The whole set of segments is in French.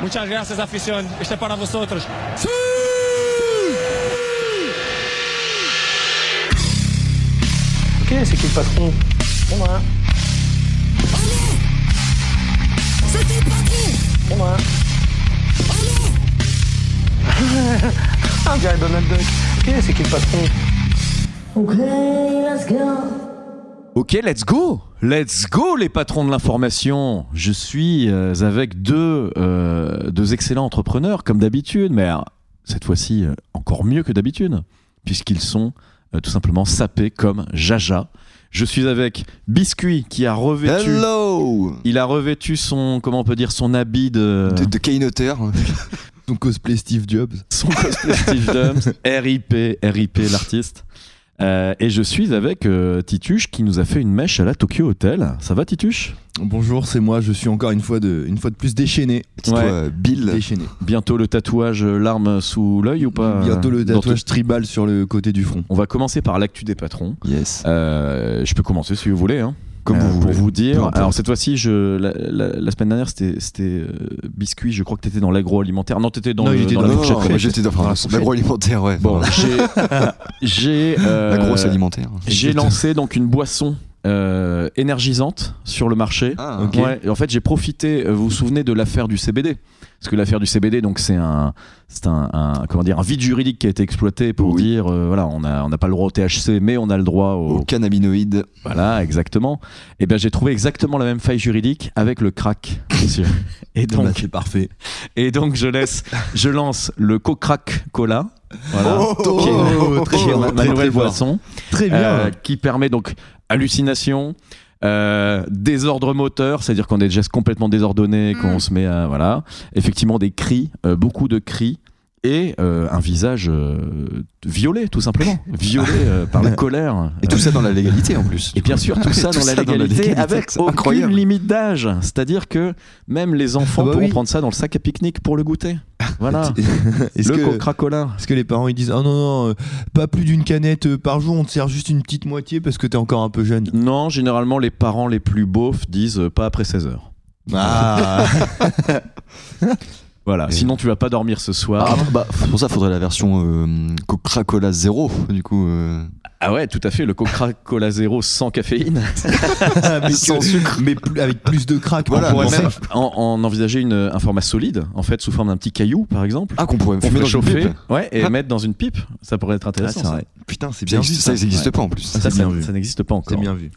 Muchas gracias, afición. Este es para vosotros. Ok, c'est qui le patron C'est moi. C'est moi. Ah, on dirait Donald Duck. Ok, c'est qui le patron Okay, let's go. Ok, let's go Let's go les patrons de l'information Je suis euh, avec deux, euh, deux excellents entrepreneurs comme d'habitude, mais euh, cette fois-ci euh, encore mieux que d'habitude, puisqu'ils sont euh, tout simplement sapés comme Jaja. Je suis avec Biscuit qui a revêtu... Hello Il a revêtu son, comment on peut dire, son habit de... De, hein. de Keynoteur. Ton cosplay Steve Euh. Jobs. son cosplay Steve Jobs, RIP, RIP l'artiste. Euh, et je suis avec euh, Tituche qui nous a fait une mèche à la Tokyo Hotel. Ça va Tituche Bonjour, c'est moi, je suis encore une fois de, une fois de plus déchaîné. Dis-toi, Ouais. euh, Bill. Déchaîné. Bientôt le tatouage euh, l'arme sous l'œil ou Euh, pas Bientôt le Dans tatouage tribal sur le côté du front. tout- On va commencer par l'actu des patrons. Yes. Euh, je peux commencer si vous voulez. hein. Comme vous Pour voulez. vous Peu dire, importe. alors cette fois-ci, je, la, la- la semaine dernière c'était c'était, euh, biscuit, je crois que t'étais dans l'agroalimentaire. Non, t'étais dans, Non, le- il était dans dans la le- Euh, non, fourchette. non, moi, j'étais dans Dans la enfin, fourchette. l'agroalimentaire, ouais. Bon, Voilà. j'ai. j'ai, euh, la grosse alimentaire. J'ai lancé donc une boisson euh, énergisante sur le marché. Ah, ok. Ouais, et en fait, j'ai profité. euh, Vous vous souvenez de l'affaire du CBD Parce que l'affaire du CBD, donc c'est un, c'est un, un- comment dire, un vide juridique qui a été exploité pour Oui. dire, euh, voilà, on n'a on n'a pas le droit au THC, mais on a le droit au, Au cannabinoïde. voilà, exactement. Et bien, j'ai trouvé exactement la même faille juridique avec le crack. messieurs. Et Bah, donc, c'est parfait. et donc, je laisse, je lance le co-crack cola. Voilà. Oh, Qui est- oh, oh, qui est oh, ma très, très nouvelle fort. boisson. Très Eh bien. Euh, qui permet donc hallucination, euh, désordre moteur, c'est-à-dire qu'on est déjà complètement désordonné, qu'on se met à voilà, effectivement des cris, euh, beaucoup de cris et euh, un visage euh, violet tout simplement, violet euh, par la colère. Et tout ça dans la légalité en plus. Et bien sûr, tout ça, Tout dans, la ça dans la légalité, légalité, avec c'est aucune incroyable. limite d'âge. C'est-à-dire que même les enfants Ah bah pourront oui. prendre ça dans le sac à pique-nique pour le goûter. Voilà. Est-ce le que, Coca-Cola. est-ce que les parents ils disent Ah non, non, euh, pas plus d'une canette euh, par jour, on te sert juste une petite moitié parce que t'es encore un peu jeune. Non, généralement, les parents les plus beaufs disent euh, pas après 16 heures. Ah Voilà. Et- Sinon, tu vas pas dormir ce soir. Ah, bah, pour ça, faudrait la version euh, Coca-Cola zéro, du coup. euh, Ah ouais, tout à fait, le Coca-Cola zéro sans caféine. mais Ah, Sans que- Mais plus- avec plus de crack. Voilà, on pourrait non, même- même en, en envisager une, un format solide, en fait, sous forme d'un petit caillou, par exemple. Ah, qu'on pourrait Qu'on fumer fait dans une chauffer, pipe. ouais, et Ah. mettre dans une pipe, ça pourrait être intéressant. Ah, c'est ça. vrai. Putain, c'est bien bien. vu, Ça, ça. ça n'existe Ouais. pas en plus. Ah, Ça, c'est ça- bien vu. ça n'existe pas C'est encore. bien vu.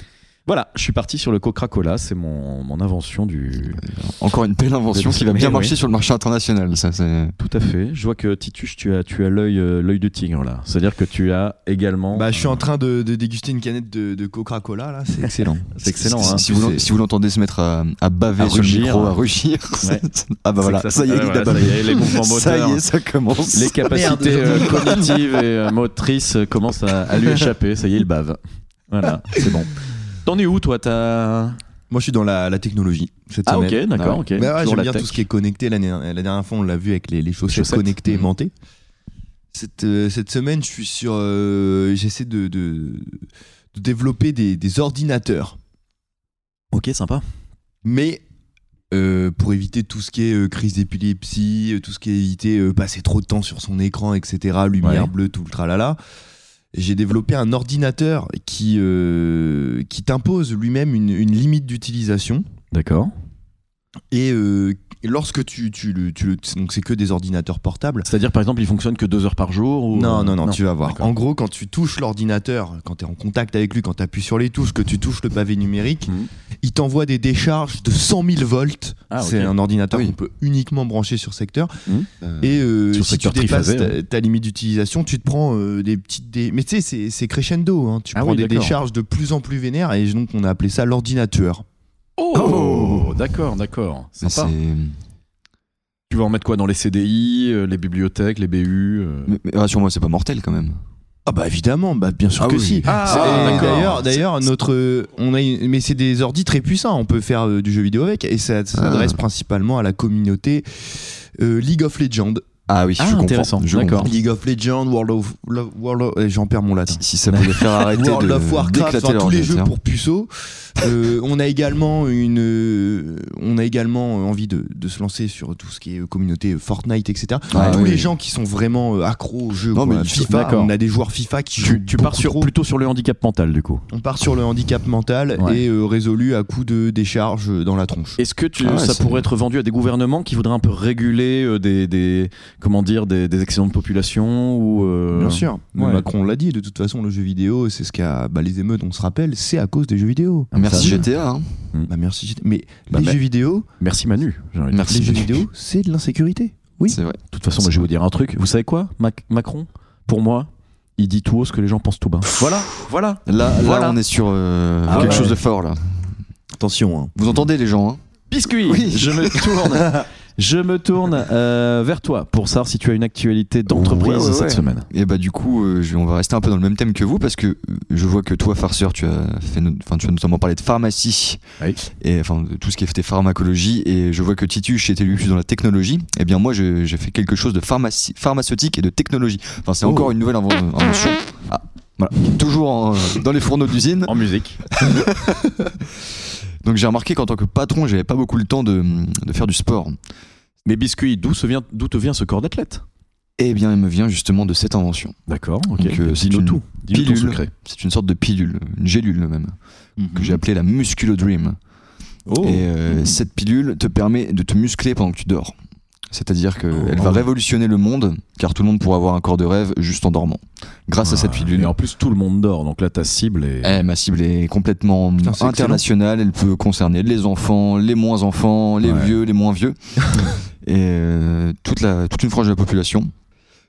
Voilà, je suis parti sur le Coca-Cola, c'est mon, mon invention du. Encore une belle invention Mais- qui va mais bien oui. marcher sur le marché international. Ça, c'est. Tout à fait. Je vois que Titus, tu as, tu as l'œil, euh, l'œil de tigre là. C'est-à-dire que tu as également. Bah, je suis en train de, de déguster une canette de, de Coca-Cola là, c'est excellent. C'est excellent. Si, hein. si vous l'en- si vous l'entendez se mettre à, à baver À sur rugir. le micro, à rugir. Ouais. ah C'est bah voilà, que ça, y est, ouais, il voilà, a ça bavé. y est, les mouvements Ça moteurs. y est, ça commence. Les capacités euh, cognitives et euh, motrices euh, commencent à, à lui échapper. Ça y est, il bave. Voilà, c'est bon. T'en es où, toi T'as Moi, je suis dans la, la technologie cette Ah ok, semaine. d'accord, ok. Bah ouais, Toujours j'aime la bien tech. tout ce qui est connecté. La, dernière- la dernière fois, on l'a vu avec les, les chaussettes, Chaussettes. connectées Mhm. aimantées. Cette, euh, cette semaine, je suis sur. euh, J'essaie de, de, de développer des, des ordinateurs. Ok, sympa. Mais euh, pour éviter tout ce qui est euh, crise d'épilepsie, euh, tout ce qui est éviter euh, passer trop de temps sur son écran, etc., lumière Ouais. bleue, tout le tralala, j'ai développé un ordinateur qui, euh, qui t'impose lui-même une- une limite d'utilisation. D'accord. Et euh, lorsque tu, tu, le- tu le- donc c'est que des ordinateurs portables. C'est-à-dire, par exemple, il fonctionne que deux heures par jour ou... euh, Non, non, non, tu vas voir. Oh, D'accord. En gros, quand tu touches l'ordinateur, quand tu es en contact avec lui, quand tu appuies sur les touches, que tu touches le pavé numérique, Mhm. il t'envoie des décharges de 100 000 volts. Ah, ok. C'est un ordinateur Oui. qu'on peut uniquement brancher sur secteur. Euh, Et euh, Sur si tu secteur dépasses triphasé, ta, ta limite d'utilisation, tu te prends euh, des petites. Des... Mais tu sais, c'est- c'est crescendo. hein. Tu Ah prends oui, des d'accord. décharges de plus en plus vénères et donc on a appelé ça l'ordinateur. Oh, Oh D'accord, d'accord. mais Sympa. c'est- Tu vas en mettre quoi dans les CDI, euh, les bibliothèques, les BU euh, mais- mais rassure-moi, c'est pas mortel quand même. Ah bah évidemment, bah bien sûr Ah que oui. si. Ah, C'est- ah, et d'accord. d'ailleurs, d'ailleurs, notre, euh, on a, une- mais c'est des ordi très puissants. On peut faire euh, du jeu vidéo avec, et ça, ça Ah. s'adresse principalement à la communauté euh, League of Legends. Ah oui, Ah, je comprends. intéressant, je d'accord. comprends. League of Legends, World of. Lo- World of- eh, J'en perds mon latin. Si, si ça peut les faire arrêter de World of Warcraft, d'éclater enfin, tous les jeux l'ordinateur. pour puceaux. Euh, on a également une, euh, on a également euh, envie de, de se lancer sur tout ce qui est euh, communauté euh, Fortnite, etc. Ah, tous oui. les gens qui sont vraiment euh, accros aux jeux, Non, quoi. mais tu- FIFA, d'accord. on a des joueurs FIFA qui jouent Tu, tu pars beaucoup sur, trop. plutôt sur le handicap mental du coup. On part sur le handicap mental Ouais. et euh, résolu à coup de décharge dans la tronche. Est-ce que tu- Ah ouais, ça c'est- pourrait être vendu à des gouvernements qui voudraient un peu réguler euh, des, des- comment dire des, des excédents de population ou euh, Bien sûr. Mais ouais. Macron l'a dit, de toute façon, le jeu vidéo, c'est ce qu'a. Bah, les émeutes, on se rappelle, c'est à cause des jeux vidéo. Ah, Merci ça- GTA. hein. Bah, merci. Mais Bah, les mais- jeux vidéo, Merci Manu. j'ai envie de dire. Merci. les jeux vidéo, c'est de l'insécurité. Oui. C'est vrai. De toute façon, moi, je vais vous dire un truc. Vous savez quoi, Mac- Macron Pour moi, il dit tout haut ce que les gens pensent tout bas. Voilà, voilà. Là, là, Voilà. on est sur euh, Ah quelque ouais. chose de fort là. Attention, hein. Vous entendez les gens hein Biscuit. Je me tourne. Je me tourne euh, vers toi pour savoir si tu as une actualité d'entreprise Ouais, ouais, cette ouais. semaine. Et bah du coup, euh, je- on va rester un peu dans le même thème que vous parce que euh, je vois que toi, farceur, tu as fait, no- enfin, tu as notamment parlé de pharmacie Oui. et enfin de tout ce qui était pharmacologie. Et je vois que Titus était lui plus dans la technologie. Et bien moi, je- j'ai fait quelque chose de pharmacie, pharmaceutique et de technologie. Enfin, c'est Oh. encore une nouvelle inven- invention. Ah, voilà. Toujours en- dans les fourneaux d'usine. En musique. Donc j'ai remarqué qu'en tant que patron, j'avais pas beaucoup le temps de, de faire du sport. Mais Biscuit, d'où se vient- d'où te vient ce corps d'athlète Eh bien, il me vient justement de cette invention. D'accord. Ok. Donc, euh, c'est Dis-nous une tout. Dis-nous ton pilule. secret. C'est une sorte de pilule, une gélule même, Mhm. Mm-hmm. que j'ai appelée la Musculo Dream. Oh. Et euh, cette pilule te permet de te muscler pendant que tu dors. C'est-à-dire qu'elle Oh. va révolutionner le monde, car tout le monde pourra avoir un corps de rêve juste en dormant. Grâce à cette pilule. Ah, Et en plus, tout le monde dort, donc là, ta cible est. Eh, ma cible est complètement c'est internationale. Elle peut concerner les enfants, les moins enfants, les Ouais. vieux, les moins vieux, et euh, toute, la, toute une frange de la population.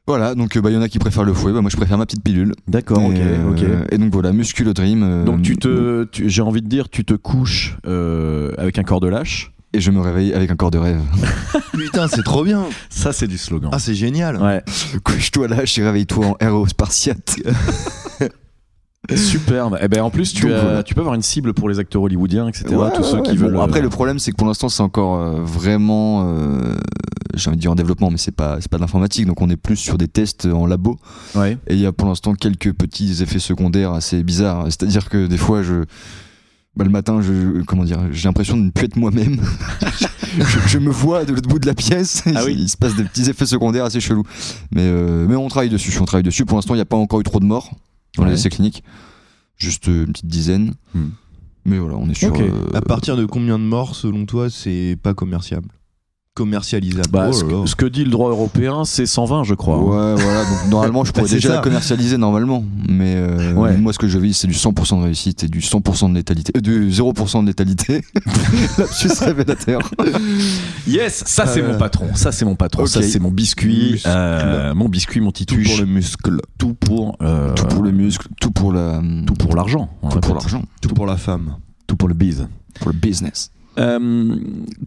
Voilà, donc euh, bah, il y en a qui préfèrent le fouet, bah, moi je préfère ma petite pilule. D'accord, et, euh, et donc voilà, musculo dream. euh, Bah, Donc tu te, tu- j'ai envie de dire, tu te couches euh, avec un corps de lâche. Et je me réveille avec un corps de rêve. Putain, c'est trop bien. Ça, c'est du slogan. Ah, c'est génial. ouais, Couche-toi là, je réveille-toi en héros spartiate. superbe. Et ben en plus, tu, Donc, as- voilà. tu peux avoir une cible pour les acteurs hollywoodiens, etc. Ouais, tous ceux ouais, qui ouais. veulent. Bon, euh, Après, le problème, c'est que pour l'instant, c'est encore euh, vraiment, euh, j'ai envie de dire en développement, mais c'est pas, c'est pas de l'informatique, donc on est plus sur des tests en labo. euh, ouais. Et il y a pour l'instant quelques petits effets secondaires assez bizarres. C'est-à-dire que des fois, je. bah, le matin, je, comment dire, j'ai l'impression de me puer de moi-même. je, je me vois de l'autre bout de la pièce. Ah oui. Il se passe des petits effets secondaires assez chelous. Mais, euh, mais on travaille dessus. On travaille dessus. Pour l'instant, il n'y a pas encore eu trop de morts dans Ouais. les essais cliniques. Juste euh, une petite dizaine. Hmm. Mais voilà, on est sur. Ok. euh, À partir de combien de morts, selon toi, c'est pas commerciable Commercialisable. Bah, Oh ce, là là. que- ce que dit le droit européen, c'est 120, je crois. Ouais, voilà. Donc, normalement, je pourrais C'est déjà ça. la commercialiser normalement. Mais euh, Bah, Ouais. moi, ce que je vis, c'est du 100% de réussite et du 100% de létalité. euh, du 0% de létalité. Lapsus révélateur. Yes, ça c'est Euh, mon patron. Ça c'est mon patron. ok. Ça c'est mon biscuit. Muscle. euh, mon biscuit, mon Tout pour tituche. le muscle, Tout pour. euh, tout pour le muscle, tout pour la. tout pour l'argent. on tout pour répète. l'argent. tout pour la femme. Tout pour le bise. Pour le business. Euh,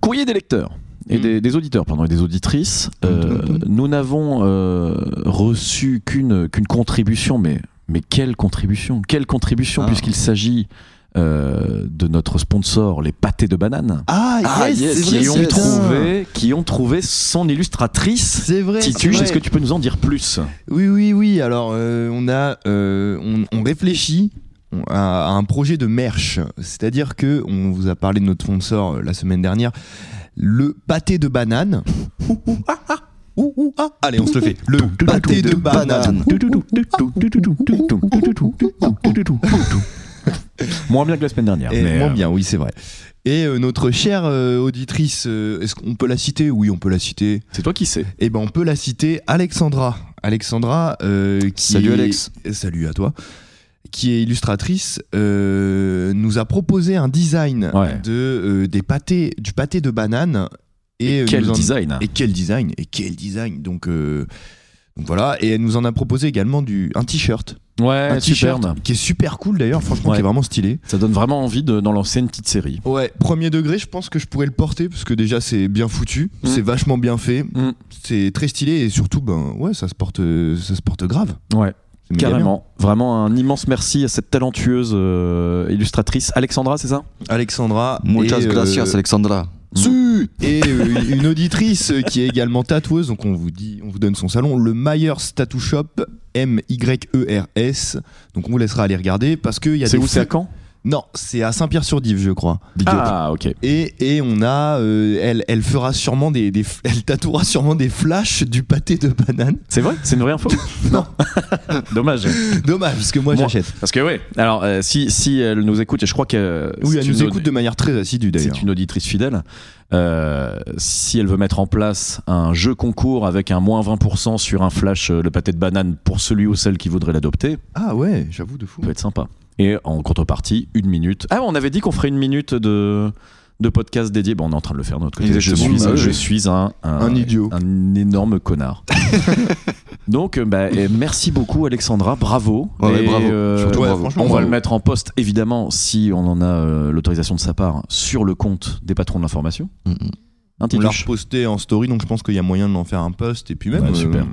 courrier des lecteurs et Mm. des, des auditeurs, pardon, et des auditrices. Euh, nous n'avons euh, reçu qu'une qu'une contribution, mais, mais quelle contribution Quelle contribution, Ah. puisqu'il s'agit euh, de notre sponsor, les pâtés de bananes, Ah, qui, ont trouvé, qui ont trouvé son illustratrice. C'est vrai. Tituche, est-ce que tu peux nous en dire plus Oui, oui, oui. Alors, euh, on a, euh, on, on réfléchit on- à, à un projet de merch. C'est-à-dire que on vous a parlé de notre sponsor euh, la semaine dernière, le pâté de banane. Ouh, ouh, ah, ah. Ouh, ouh, ah. Allez, on se le fait. Le pâté de banane. Moins bien que la semaine dernière. Et mais, moins euh, bien, oui, c'est vrai. Et euh, notre chère euh, auditrice, euh, est-ce qu'on peut la citer Oui, on peut la citer. C'est toi qui sais. Eh ben, on peut la citer, Alexandra. Alexandra, euh, qui Salut, est- Alex. Salut à toi. Qui est illustratrice, euh, nous a proposé un design Ouais. de euh, des pâtés, du pâté de banane. Et, euh, Quel nous en- design Et quel design Et quel design Donc, euh, donc voilà. Et elle nous en a proposé également du un t-shirt, un Ouais, t-shirt superbe. qui est super cool d'ailleurs. Franchement, Ouais. qui est vraiment stylé. Ça donne vraiment envie de- d'en lancer une petite série. Ouais, premier degré, je pense que je pourrais le porter parce que déjà c'est bien foutu, Mm. c'est vachement bien fait, Mm. c'est très stylé et surtout ben ouais, ça se porte euh, ça se porte grave. Ouais, C'est méga carrément. Vraiment un immense merci à cette talentueuse euh, illustratrice Alexandra, c'est ça bien. Alexandra Muchas et, euh, gracias, Alexandra. Su Et euh, une auditrice euh, qui est également tatoueuse, donc on vous dit, on vous donne son salon, le Myers Tattoo Shop, M-Y-E-R-S. Donc on vous laissera aller regarder parce qu'il y a C'est des où C'est à fous- Caen Non, c'est à Saint-Pierre-sur-Dive, je crois. Big up. Ah, ok. Et, et on a, euh, elle, elle fera sûrement des, des f- elle tatouera sûrement des flashs du pâté de banane. C'est vrai C'est une vraie info Non. Dommage. Dommage, parce que moi Moi, j'achète. Parce que, ouais, alors, euh, si, si elle nous écoute, et je crois que. euh, Oui, c'est elle une nous aud- écoute de manière très assidue d'ailleurs. C'est une auditrice fidèle. Euh, si elle veut mettre en place un jeu concours avec un moins 20% sur un flash euh, le pâté de banane pour celui ou celle qui voudrait l'adopter, Ah ouais, j'avoue de fou. ça peut être sympa. Et en contrepartie, une minute. Ah, on avait dit qu'on ferait une minute de, de podcast dédié. Bon, on est en train de le faire de notre côté. Je Exactement, suis, bah un, oui. je suis un, Un idiot. Un énorme connard. Donc, euh, bah, et merci beaucoup, Alexandra. Bravo. Ouais, Et, bravo. euh, Surtout ouais, bravo. franchement, on va bravo. le mettre en poste, évidemment, si on en a euh, l'autorisation de sa part, sur le compte des patrons de l'information. Mhm. Un On petit l'a touche. reposté en story, donc je pense qu'il y a moyen d'en faire un post. Et puis même, Ouais, super. euh,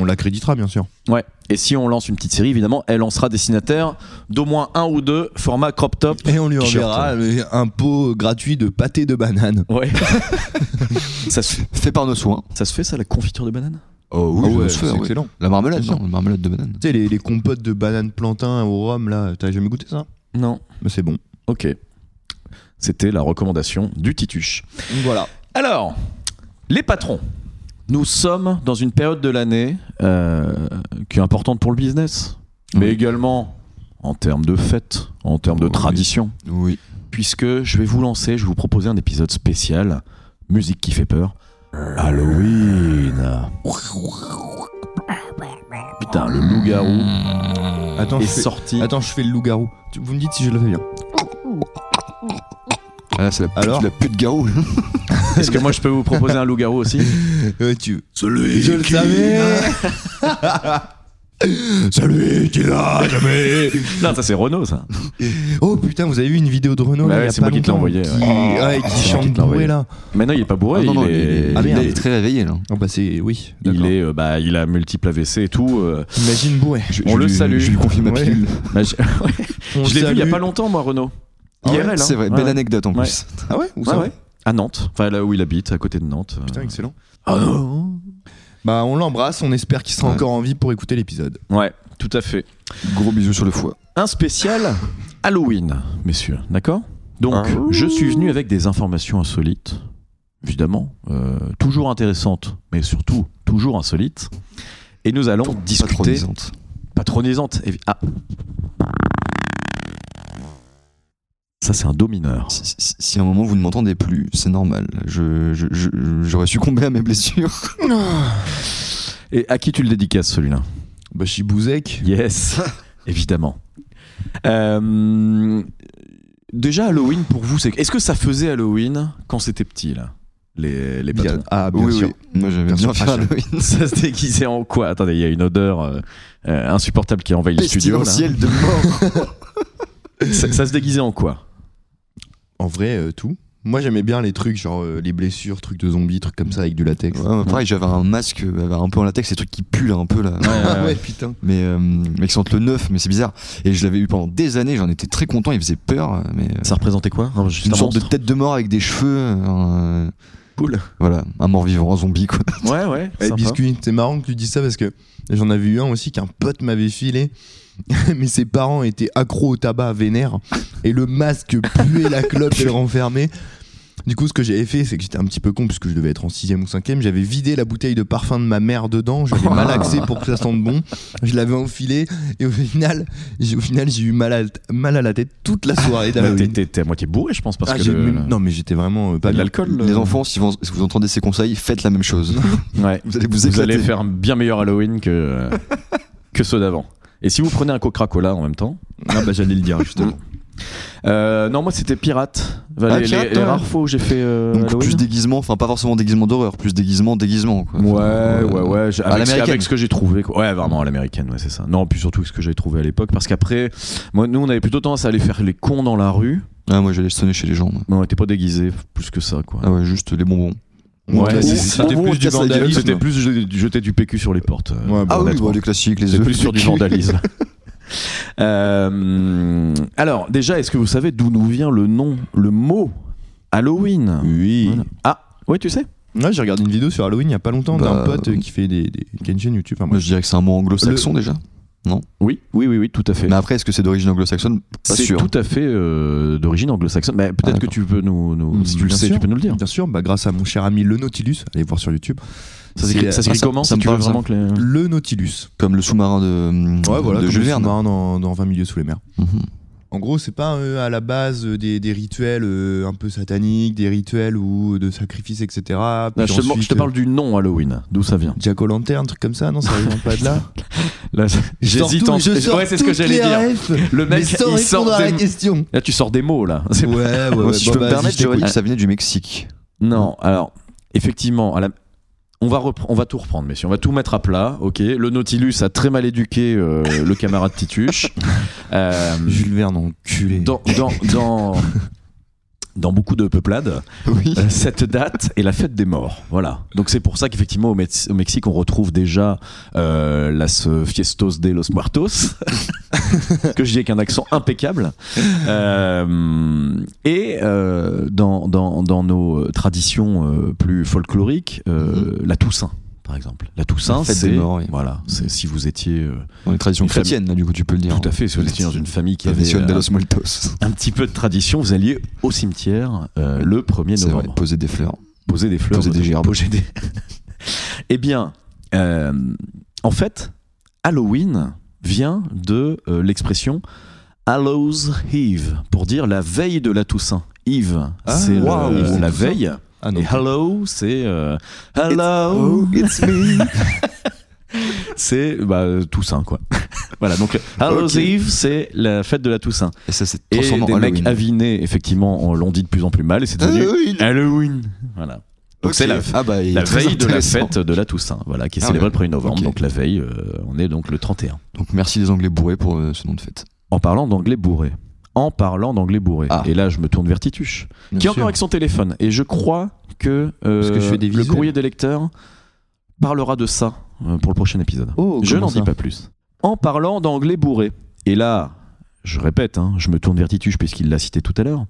on l'accréditera bien sûr. Ouais. Et si on lance une petite série, évidemment, elle en sera destinataire d'au moins un ou deux formats crop top. Et on lui T-shirt, enverra euh, un pot gratuit de pâté de banane. Ouais. ça, se, Fait par nos soins. ça se fait, ça, la confiture de banane Oh Ah ouais, se fait, c'est ouais. excellent. La marmelade, non, la marmelade de banane. Tu sais, les, les compotes de banane plantain au rhum, là, t'as jamais goûté ça Non. Mais c'est bon. Ok. C'était la recommandation du Tituche. Donc Voilà. Alors, les patrons. Nous sommes dans une période de l'année euh, qui est importante pour le business, mais Oui. également en termes de fêtes, en termes de Oui. tradition, Oui. puisque je vais vous lancer, je vais vous proposer un épisode spécial, musique qui fait peur, Halloween. Putain, le loup-garou Attends, est je fais, sorti. attends, je fais le loup-garou. Tu- Vous me dites si je le fais bien. Ah là, c'est la pute, Alors la pute garou. là. Est-ce que moi je peux vous proposer un loup-garou aussi Euh, tu... Celui je le savais Celui qui l'a jamais Non, ça c'est Renault ça. Oh putain, vous avez vu une vidéo de Renault Bah là, ouais, il y a c'est pas moi qui te l'ai longtemps, envoyé, Qui, ouais. ouais, Oh, C'est qui moi chante qui te l'ai bourré envoyé. là. Maintenant il est pas bourré, Ah non, il non, est- il est- Ah, merde. il est très réveillé là. Oh bah c'est. Oui, Il d'accord. est, euh, bah, il a multiple AVC et tout. euh, Imagine bourré. on le salue. Je lui confie ma Ouais. pilule. bah, je je l'ai vu il y a pas longtemps, moi, Renaud. Ah ouais, IRL, hein. c'est vrai, Ouais, belle ouais. anecdote en Ouais. plus. Ah ouais, Où Ouais, ça ouais. À Nantes, enfin là où il habite, à côté de Nantes. Putain, Euh, excellent. ah non. Bah on l'embrasse, on espère qu'il sera Ouais. encore en vie pour écouter l'épisode. Ouais, tout à fait. Gros bisous sur le foie. Un spécial Halloween, messieurs, d'accord Donc, Ah. je suis venu avec des informations insolites, évidemment, euh, toujours intéressantes, mais surtout toujours insolites. Et nous allons discuter Patronisante. patronisante. évi- Ah. Ça, c'est un do mineur. Si, si- si à un moment vous ne m'entendez plus, c'est normal. Je- je- je- J'aurais succombé à mes blessures. Et à qui tu le dédicaces, celui-là Bah Chibouzek. Yes, évidemment. Euh, déjà, Halloween pour vous, c'est. Est-ce que ça faisait Halloween quand c'était petit, là Les, les patrons Ah bien sûr. Moi j'aimais Bien bien sûr. faire Ah, ça- Halloween. Ça se déguisait en quoi Attendez, il y a une odeur euh, euh, insupportable qui envahit le studio. là. Pestilentiel de mort. Ça, ça se déguisait en quoi En vrai, euh, tout. Moi j'aimais bien les trucs genre euh, les blessures, trucs de zombies, trucs comme ça avec du latex. Ouais, pareil, j'avais un masque euh, un peu en latex, ces trucs qui puent là, un peu là. Ah ouais, putain. Mais, euh, mais qui sentent le neuf, mais c'est bizarre. Et je l'avais eu pendant des années, j'en étais très content, il faisait peur. Mais euh, Ça représentait quoi Un- juste une un sorte de monstre tête de mort avec des cheveux. un- Cool. Voilà, un mort-vivant, un zombie quoi. Ouais, ouais. Eh, sympa. biscuit, c'est marrant que tu dis ça parce que j'en avais eu un aussi qu'un pote m'avait filé. Mais ses parents étaient accros au tabac vénère et le masque puait la clope et le renfermait. Du coup, ce que j'avais fait, c'est que j'étais un petit peu con puisque je devais être en 6 ou 5 J'avais vidé la bouteille de parfum de ma mère dedans. Je l'avais malaxé pour que ça sente bon. Je l'avais enfilé et au final, j'ai- au final j'ai eu mal à, mal à la tête toute la soirée Bah, t'es- d'Halloween. T'es t'es à moitié bourré, je pense, parce Ah, que. j'ai- le- mais- Non, mais j'étais vraiment euh, pas de bien. l'alcool. Les le- enfants, si vous, si vous entendez ces conseils, faites la même chose. Ouais. Vous allez vous vous éclater. allez faire un bien meilleur Halloween que, que ceux d'avant. Et si vous prenez un Coca-Cola en même temps. Ah bah j'allais le dire justement. Euh, non, moi c'était pirate. Enfin, Ah, les, pirate, les- les ouais. rares fois où j'ai fait euh, Donc Halloween. plus déguisement, enfin pas forcément déguisement d'horreur, plus déguisement, déguisement quoi. Ouais, ouais, ouais. j'ai- euh, À Avec, ce- l'américaine. avec ce que j'ai trouvé. quoi. Ouais, vraiment à l'américaine, ouais, c'est ça. Non, puis surtout ce que j'avais trouvé à l'époque. Parce qu'après, moi, nous on avait plutôt tendance à aller faire les cons dans la rue. Ah, moi j'allais sonner chez les gens. moi. Mais on était pas déguisés plus que ça, quoi. Ah ouais, juste les bonbons. Ouais, c'est- c'était bonbon, plus, du casse la gueule, vandalisme. c'était C'était plus je- jeter du PQ sur les portes. euh, Ouais, bah, Ah oui, honnêtement. bah, les classiques, les C'est œufs. plus sur du les culs. vandalisme. Euh, alors, déjà, est-ce que vous savez d'où nous vient le nom, le mot Halloween. Oui. Voilà. Ah, oui, tu sais Ouais, j'ai regardé une vidéo sur Halloween il y a pas longtemps d'un Bah, pote euh, qui fait des, des- qui a une chaîne YouTube. Enfin, Moi, bref. je dirais que c'est un mot anglo-saxon déjà. Oui, oui, oui, oui, tout à fait. Mais après, est-ce que c'est d'origine anglo-saxonne Pas C'est sûr. tout à fait euh, d'origine anglo-saxonne. Mais Ah, peut-être que d'accord. Hmm, tu peux nous, nous- Mm, si tu le bien sais, sûr. tu peux nous le dire. Bien sûr, bah, grâce à mon cher ami Le Nautilus, allez voir sur YouTube. Ça C'est- s'écrit ça s'écrit ah, ça- comment ça si me tu veux parle, ça. vraiment que les- Le Nautilus. Comme le sous-marin de, Ouais, voilà, de comme Jules le Verne. sous-marin dans, dans 20 milieux sous les mers. Mhm. En gros, c'est pas euh, à la base euh, des, des rituels euh, un peu sataniques, des rituels ou euh, de sacrifices, etc. Puis Là, je, te, ensuite, je te euh. parle du nom Halloween, d'où ça vient. euh, Jack O'Lantern, un truc comme ça, non, ça vient pas de là. Là, j'hésite en en Ouais, c'est ce que j'allais dire. Le Mais mec, sans il sort répondre à la des... question. Là, tu sors des mots, là. C'est- Ouais, ouais, Moi, ouais, si bon, je peux bah, me permettre, je j'aurais dit t'écoute. que ça venait du Mexique. Non, alors, effectivement, à la- on, va repre- on va tout reprendre, messieurs. On va tout mettre à plat, ok Le Nautilus a très mal éduqué euh, le camarade Tituche. Euh, Jules Verne, enculé. dans, dans, dans, dans beaucoup de peuplades, Oui. euh, cette date est la fête des morts. Voilà. Donc c'est pour ça qu'effectivement au, Mex- au Mexique on retrouve déjà euh, las euh, fiestos de los muertos, que je dis avec un accent impeccable. Euh, et euh, dans, dans, dans nos traditions euh, plus folkloriques, euh, la Toussaint. Par exemple, la Toussaint, Mhm. La fête c'est des morts, oui. voilà, c'est si vous étiez euh, Dans les traditions Une famille- chrétiennes, là, hein, du coup, tu peux le dire. tout à fait, si vous étiez dans une famille qui avait Tradition de euh, los Muertos. un petit peu de tradition, vous alliez au cimetière euh, le 1er C'est vrai, novembre. poser des fleurs. Poser des fleurs. Poser des gerbes. Poser des- eh bien, euh, en fait, Halloween vient de euh, l'expression Hallows Eve, pour dire la veille de la Toussaint. Eve, Ah, c'est le- waouh, la c'est Toussaint. veille. Ah non. Et Hello, c'est. euh, hello, it's me. c'est bah, Toussaint, quoi. voilà, donc Hallow's Ok. Eve, c'est la fête de la Toussaint. Et ça, c'est Et transformé des en Halloween. Euh, mecs avinés, effectivement, on- l'ont dit de plus en plus mal, et Ah c'est devenu Halloween. Halloween. Voilà. Ah, Donc Ok. c'est la, Ah bah, il est la très veille de la intéressant. fête de la Toussaint, voilà, qui est Ah célébrée ouais. le 1er novembre, Ok. donc la veille, euh, on est donc le 31. Donc merci les Anglais bourrés pour euh, ce nom de fête. En parlant d'anglais bourré. En parlant d'anglais bourré. Ah. Et là, je me tourne vers Tituche, qui est encore avec son téléphone. Et je crois que, euh, Parce que je fais des le visuels. courrier des lecteurs parlera de ça euh, pour le prochain épisode. Oh, je n'en comment dis ça pas plus. En parlant d'anglais bourré, et là, je répète, hein, je me tourne vers Tituche puisqu'il l'a cité tout à l'heure,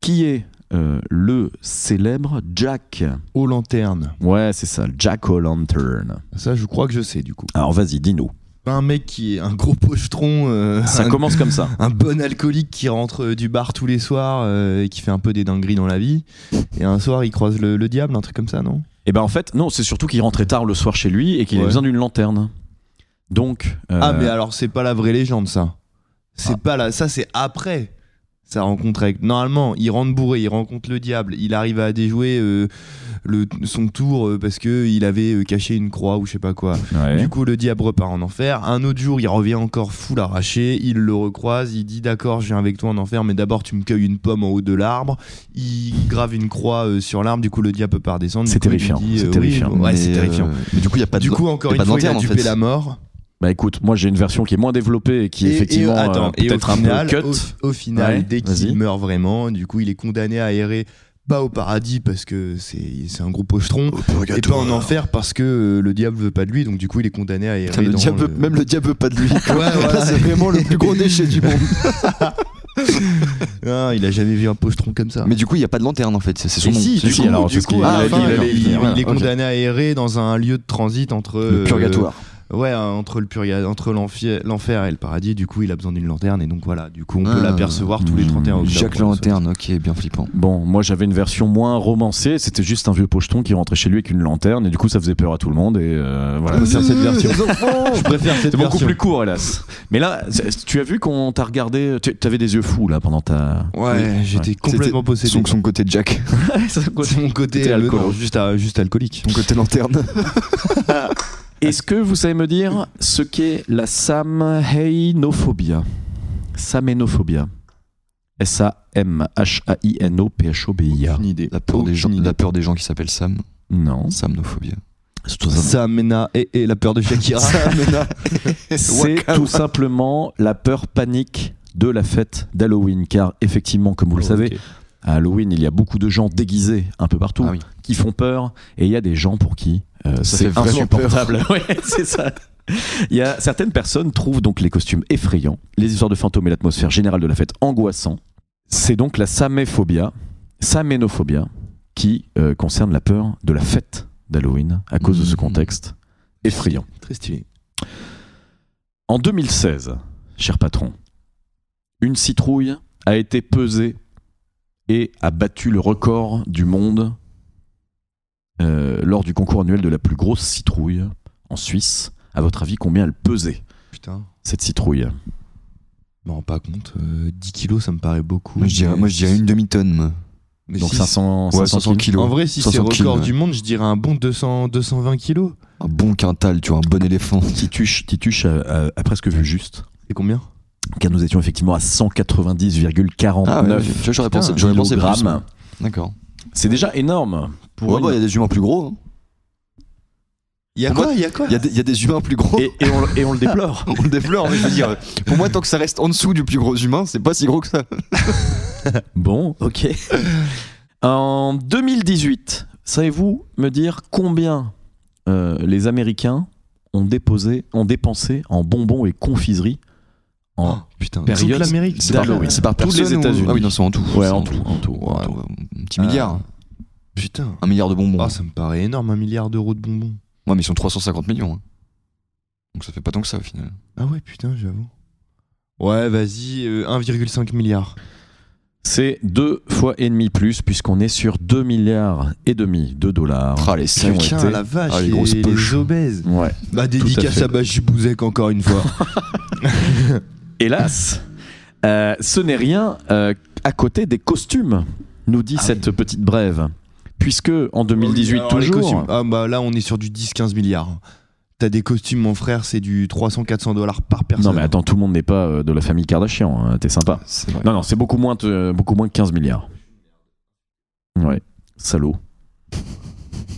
qui est euh, le célèbre Jack. Aux lanternes. Ouais, c'est ça, Jack O'Lantern. Ça, je crois que je sais, du coup. Alors vas-y, dis-nous. Pas un mec qui est un gros pochetron, euh, Ça un, commence comme ça. un bon alcoolique qui rentre euh, du bar tous les soirs euh, et qui fait un peu des dingueries dans la vie. Et un soir, il croise le, le diable, un truc comme ça, non Et ben en fait, non, c'est surtout qu'il rentrait tard le soir chez lui et qu'il avait Ouais. besoin d'une lanterne. Donc. euh, Ah. Ah, mais alors, c'est pas la vraie légende, ça. C'est pas la. Ça, c'est après sa rencontre avec. Normalement, il rentre bourré, il rencontre le diable, il arrive à déjouer euh, le, son tour euh, parce que il avait euh, caché une croix ou je sais pas quoi. ouais. Du coup, le diable repart en enfer. Un autre jour, il revient encore full arraché. Il le recroise. Il dit D'accord, je viens avec toi en enfer, mais d'abord, tu me cueilles une pomme en haut de l'arbre. Il grave une croix euh, sur l'arbre. Du coup, le diable peut pas redescendre. Du C'est coup, il lui terrifiant, dit, c'est oui, terrifiant. bon, ouais, Mais, c'est euh, terrifiant. Mais du coup, il y a pas de Du coup, encore y a une pas fois, il a d'interne, en dupé fait. la mort. Bah écoute, moi j'ai une version qui est moins développée et qui Et- et, effectivement euh, attends, et au peut-être un final, peu cut. Au, au final, Ouais, dès vas-y. qu'il meurt vraiment, du coup, il est condamné à errer pas au paradis parce que c'est c'est un gros pochetron. Et pas eh ben, en enfer parce que euh, le diable veut pas de lui, donc du coup il est condamné à errer. Putain, le dans diable- le- Même le diable veut pas de lui. Ouais, voilà. c'est vraiment le plus gros déchet du monde. Ah, il a jamais vu un pochetron comme ça. Mais du coup, il y a pas de lanterne en fait. C'est c'est son Et nom. si, C'est du son coup, nom. alors, du c'est ce coup, qu'il à la a dit, fin, il a il, dit, il voilà, est ok. condamné à errer dans un lieu de transit entre le euh, purgatoire. ouais, euh, entre le purga- entre l'enfi- l'enfer et le paradis. Du coup, il a besoin d'une lanterne et donc voilà. Du coup, on Ah. peut l'apercevoir tous les 31 octobre. Jacques Lanterne, ok, bien flippant. Bon, moi j'avais une version moins romancée, c'était juste un vieux pocheton qui rentrait chez lui avec une lanterne et du coup ça faisait peur à tout le monde et euh, voilà. préfère cette version. enfants Je préfère cette C'est beaucoup version. plus court hélas. Mais là, c'est- tu as vu qu'on t'a regardé, tu t'avais des yeux fous là pendant ta... Ouais, j'étais complètement possédé. Son, son côté Jack, C'est mon côté T'étais euh, alcoolo. non, juste, à- juste alcoolique. ton côté lanterne. Est-ce que vous savez me dire ce qu'est la samhainophobia Samhainophobia. S-A-M-H-A-I-N-O-P-H-O-B-I-A. Aucune idée. La peur, des gens, Aucune idée. la peur des gens qui s'appellent Sam. Non. Samnophobie. C'est tout simplement- Samena et, et la peur de Shakira. C'est tout simplement la peur panique de la fête d'Halloween. Car effectivement, comme vous Oh, le savez, à Halloween, il y a beaucoup de gens déguisés un peu partout Ah oui. qui font peur. Et il y a des gens pour qui euh, Ça fait c'est vraiment insupportable. Ouais, c'est ça. Il y a, certaines personnes trouvent donc les costumes effrayants, les histoires de fantômes et l'atmosphère générale de la fête angoissant. C'est donc la saméphobia. Saménophobia, qui euh, concerne la peur de la fête d'Halloween à cause de ce Mhm. contexte effrayant. Très stylé. En 2016, cher patron, une citrouille a été pesée et a battu le record du monde euh, lors du concours annuel de la plus grosse citrouille en Suisse. À votre avis, combien elle pesait Putain. cette citrouille Je m'en rends pas compte. euh, 10 kilos, ça me paraît beaucoup. Moi je dirais, mais- moi, je dirais une demi-tonne. moi. mais Donc si- 500, Ouais, 500 500 kilos. kilos. En vrai, si 500 c'est record kilos, ouais. du monde, je dirais un bon 200, 220 kilos. Un bon quintal, tu vois, un bon éléphant. Tituche, Tituche a- a- a presque vu juste. C'est combien car nous étions effectivement à 190,49 Ah ouais, tu vois, j'aurais pensé, j'aurais pensé plus. grammes. D'accord. C'est déjà énorme. Ouais, Pour bah, Il une- y a des humains plus gros. hein. Il y a Pour quoi Il y a quoi Il y a des- il y, a des humains plus gros. et, et on, le- et on le déplore. On le déplore, mais je veux dire, pour moi, tant que ça reste en dessous du plus gros humain, c'est pas si gros que ça. bon, ok. En 2018, savez-vous me dire combien euh, les Américains ont, déposé, ont dépensé en bonbons et confiseries en, Oh, Ah, Putain, période toute l'Amérique. C'est par- D'Halloween. c'est par Tous personne les ou- États-Unis. Ah oui, non, c'est en tout. Ouais, en tout, en tout, en tout. Ah, Un petit milliard. Euh, Putain. Un milliard de bonbons. Ah, ça me paraît énorme, un milliard d'euros de bonbons. Ouais, mais ils sont 350 millions. hein. Donc ça fait pas tant que ça au final. Ah ouais, putain, j'avoue. Ouais, vas-y, euh, 1,5 milliard. C'est deux fois et demi plus, puisqu'on est sur 2 milliards et demi de dollars. Ah, les qui ont sacs. Putain, été- la vache, Ah, les les, grosses les poches. obèses. Ouais. Bah, dédicace fait. à Bachi Bouzek encore une fois. Hélas, euh, ce n'est rien euh, à côté des costumes, nous dit cette petite brève. Puisque en 2018 Alors, les toujours, costumes. Ah bah là, on est sur du 10-15 milliards. T'as des costumes, mon frère, c'est du 300-400 dollars par personne. non mais attends, tout le monde n'est pas euh, de la famille Kardashian, hein, t'es sympa. C'est vrai. Non non, c'est beaucoup moins, de- beaucoup moins de 15 milliards. Ouais, salaud.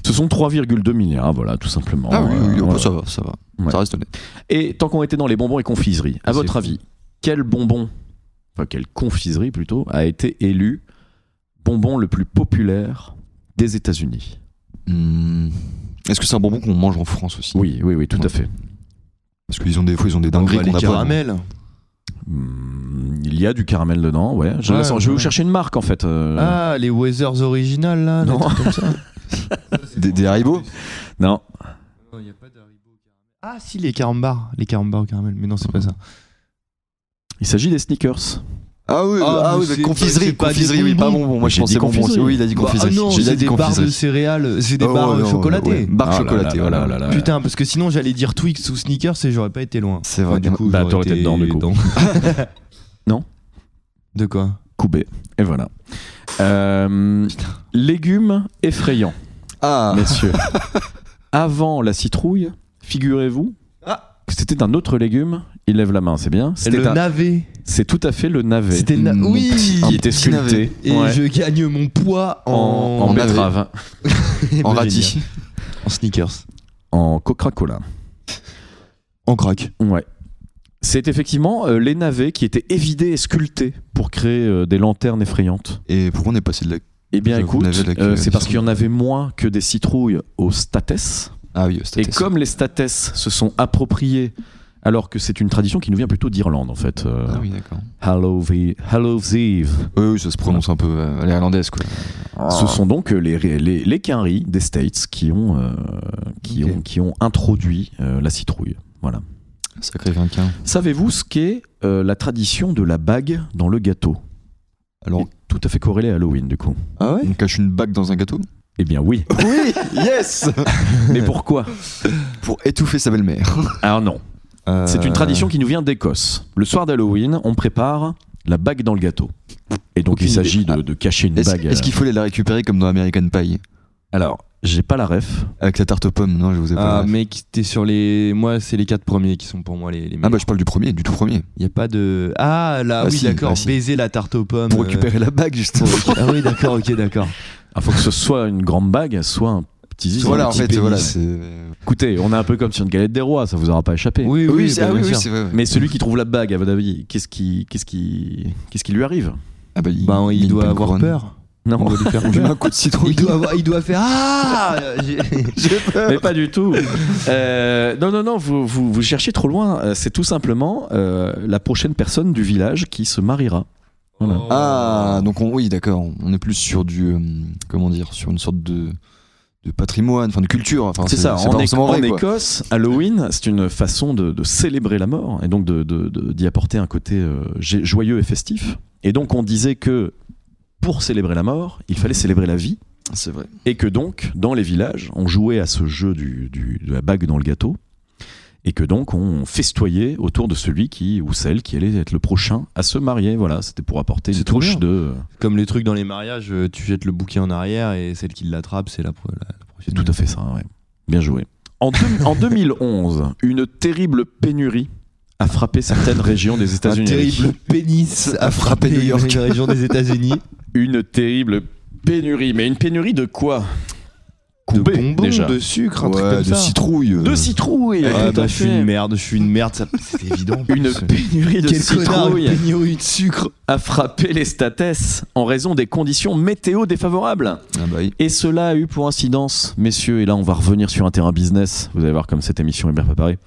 Ce sont 3,2 milliards, voilà, tout simplement. Ah oui, oui, Euh, oui, voilà. ça va, ça va. Ouais. Ça reste honnête. Et tant qu'on était dans les bonbons et confiseries, à C'est votre fou. avis, quel bonbon, enfin quelle confiserie plutôt, a été élu bonbon le plus populaire des États-Unis Hum, Est-ce que c'est un bonbon qu'on mange en France aussi Oui, oui, oui, tout à Ouais. fait. Parce qu'ils ont des fois, ils ont des Bah, dingueries qu'on les a pas. caramels. Hmm, il y a du caramel dedans, ouais. Je, Ouais, la sens- je vais ouais. vous chercher une marque en fait. euh. Ah, les Weathers originales, là. Non. des trucs comme ça. Des, des Haribo Non, Ah, si, les carambars. Les carambars au caramel. Mais non, c'est pas ça. il s'agit des sneakers. Ah oui, Ah, ah mais oui, mais c'est- c'est confiserie, pas des confiserie, oui, pas bonbons. bonbon. Moi, je J'ai pensais dit bonbon. aussi. confiserie. Oui, il a dit Bah, confiserie. non, J'ai c'est dit des barres de confiserie. céréales, euh, c'est des Oh, barres ouais, ouais, chocolatées. ouais. Barres Ah là chocolatées, là voilà. là là là. Putain, parce que sinon j'allais dire Twix ou Sneakers et j'aurais pas été loin. C'est vrai. du coup, Bah, j'aurais t'aurais été dedans, du coup. Non. De quoi Coubé. Et voilà. Euh, légumes effrayants, Ah, messieurs. Avant la citrouille, figurez-vous Ah. que c'était un autre légume. Il lève la main, c'est bien. C'était Le un- navet. C'est tout à fait le navet. C'était le na- Mon Oui petit- qui un était petit navet. sculpté Et ouais, je gagne mon poids en, en en. navet. betterave, en Bah, radis. génial. En Sneakers. en Coca-Cola. En crack. Ouais. C'est effectivement euh, les navets qui étaient évidés et sculptés pour créer euh, des lanternes effrayantes. Et pourquoi on est passé de la. Eh bien, J'avoue, écoute, navet de la euh, queue, c'est parce qu'il y en avait moins que des citrouilles aux statès. Ah oui, Et c'était ça. comme les statès se sont appropriés, alors que c'est une tradition qui nous vient plutôt d'Irlande en fait. euh, Ah oui, d'accord. Halloween- Hallow's Eve. Oui, oui, ça se prononce un peu euh, à l'irlandaise, quoi. Ah. Ce sont donc euh, les, les, les quinries des States qui ont, euh, qui Ok. ont, qui ont introduit euh, la citrouille. Voilà. Sacré vainqueur. Savez-vous ce qu'est euh, la tradition de la bague dans le gâteau Alors, Tout à fait corrélé à Halloween, du coup. Ah ouais on cache une bague dans un gâteau Eh bien, oui. Oui, yes Mais pourquoi Pour étouffer sa belle-mère. Alors, non. C'est Euh. une tradition qui nous vient d'Écosse. Le soir d'Halloween, on prépare la bague dans le gâteau. Et donc, Aucune il s'agit idée. de, de cacher une Est-ce bague. euh, est-ce qu'il faut aller la récupérer comme dans American Pie Alors, j'ai pas la ref. Avec la tarte aux pommes Non, je vous ai pas. Ah, mec, t'es sur les. Moi, c'est les quatre premiers qui sont pour moi les, les Ah meilleurs. bah je parle du premier, du tout premier. Y a pas de. Ah là, Ah oui, si, d'accord, ah si. baiser la tarte aux pommes. Pour euh, récupérer la bague justement. ok. Ah oui, d'accord, ok, d'accord. Il faut que ce soit une grande bague, soit un petit zizi. voilà un en petit fait, pénis. voilà. c'est- Écoutez, on est un peu comme sur une galette des rois, ça vous aura pas échappé. Oui, oui, Oui, c'est- bah, ah bien oui, oui, sûr. c'est vrai. ouais. Mais celui qui trouve la bague, à votre avis, qu'est-ce qui, qu'est-ce qui, qu'est-ce qui lui arrive Ah bah, Bah, il, y a une doit pleine avoir couronne. peur. Non, On va lui faire On lui met peur. un coup de citrouille. Il doit, avoir- il doit faire Ah J'ai- J'ai peur. Mais pas du tout. Euh, non, non, non, vous, vous, vous cherchez trop loin. Euh, C'est tout simplement euh, la prochaine personne du village qui se mariera. Voilà. Ah, donc on- oui, d'accord. On est plus sur du. euh, comment dire Sur une sorte de, de patrimoine, enfin de culture. Enfin, C'est ça, Hein, pas en, Éco- forcément en vrai, quoi. Écosse, Halloween, c'est une façon de, de célébrer la mort et donc d'y de, de- d'y apporter un côté euh, jo- joyeux et festif. Et donc on disait que pour célébrer la mort, il fallait célébrer la vie C'est vrai. et que donc dans les villages, on jouait à ce jeu du, du- de la bague dans le gâteau et que donc on festoyait autour de celui qui ou celle qui allait être le prochain à se marier. Voilà, c'était pour apporter une C'est trop touche bien. de... Comme les trucs dans les mariages, euh, tu jettes le bouquet en arrière et celle qui l'attrape, c'est la, pro- la, la C'est prochaine. tout à fait ça, ouais. Bien joué. En, deux- en 2011, une terrible pénurie a frappé certaines régions des Un États-Unis. terrible pénis a frappé New York. une région des États-Unis. Une terrible pénurie. Mais une pénurie de quoi de Coupé, bonbons, déjà. de sucre, un truc Ouais, comme de ça. citrouille. euh. De citrouille Ah, tout bah, à je suis fait. une merde, je suis une merde, ça- c'est évident. Une pénurie de Quel connard, une citrouille pénurie de sucre. a frappé les statesses en raison des conditions météo défavorables. Ah bah oui. Et cela a eu pour incidence, messieurs, et là on va revenir sur un terrain business, vous allez voir comme cette émission est bien préparée,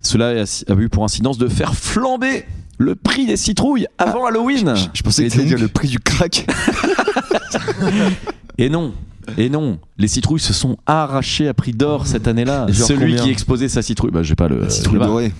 cela a a eu pour incidence de faire flamber le prix des citrouilles avant Ah. Halloween. Je, je pensais Et que t'allais donc- dire le prix du crack. Et non, et non, les citrouilles se sont arrachées à prix d'or cette année-là. Et genre Celui combien qui exposait sa citrouille, bah j'ai pas le... La citrouille je l'ai pas. dorée.